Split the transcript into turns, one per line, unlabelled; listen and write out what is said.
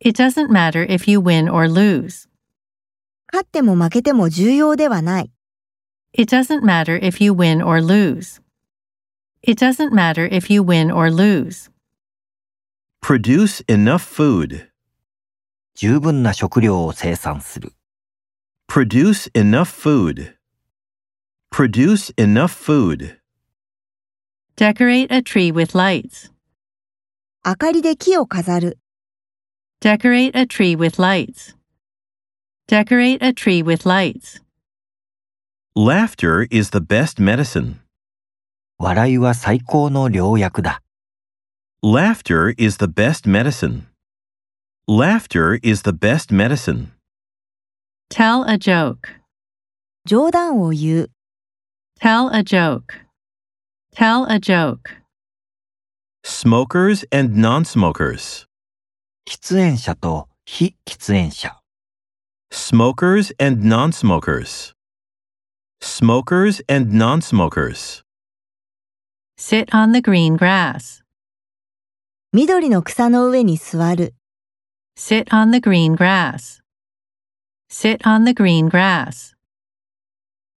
It doesn't matter if you win or lose.
勝っても負けても重要ではない。
It doesn't matter if you win or lose. It doesn't matter if you win or lose.
Produce enough food.
十分な食料を生産する。
Produce enough food. Produce enough food.
Decorate a tree with lights.
明かりで木を飾る。
Decorate a tree with lights. Decorate a tree with lights.
Laughter is the best medicine.
笑いは最高の良薬だ。
Laughter is the best medicine. Laughter is the best medicine.
Tell a joke.
冗談を言う。
Tell a joke. Tell a joke.
Smokers and non smokers.
喫煙者と非喫煙者。
Smokers and non smokers. Smokers and non smokers.
Sit on the green grass.
緑の草の上に座る。
Sit on the green grass. Sit on the green grass.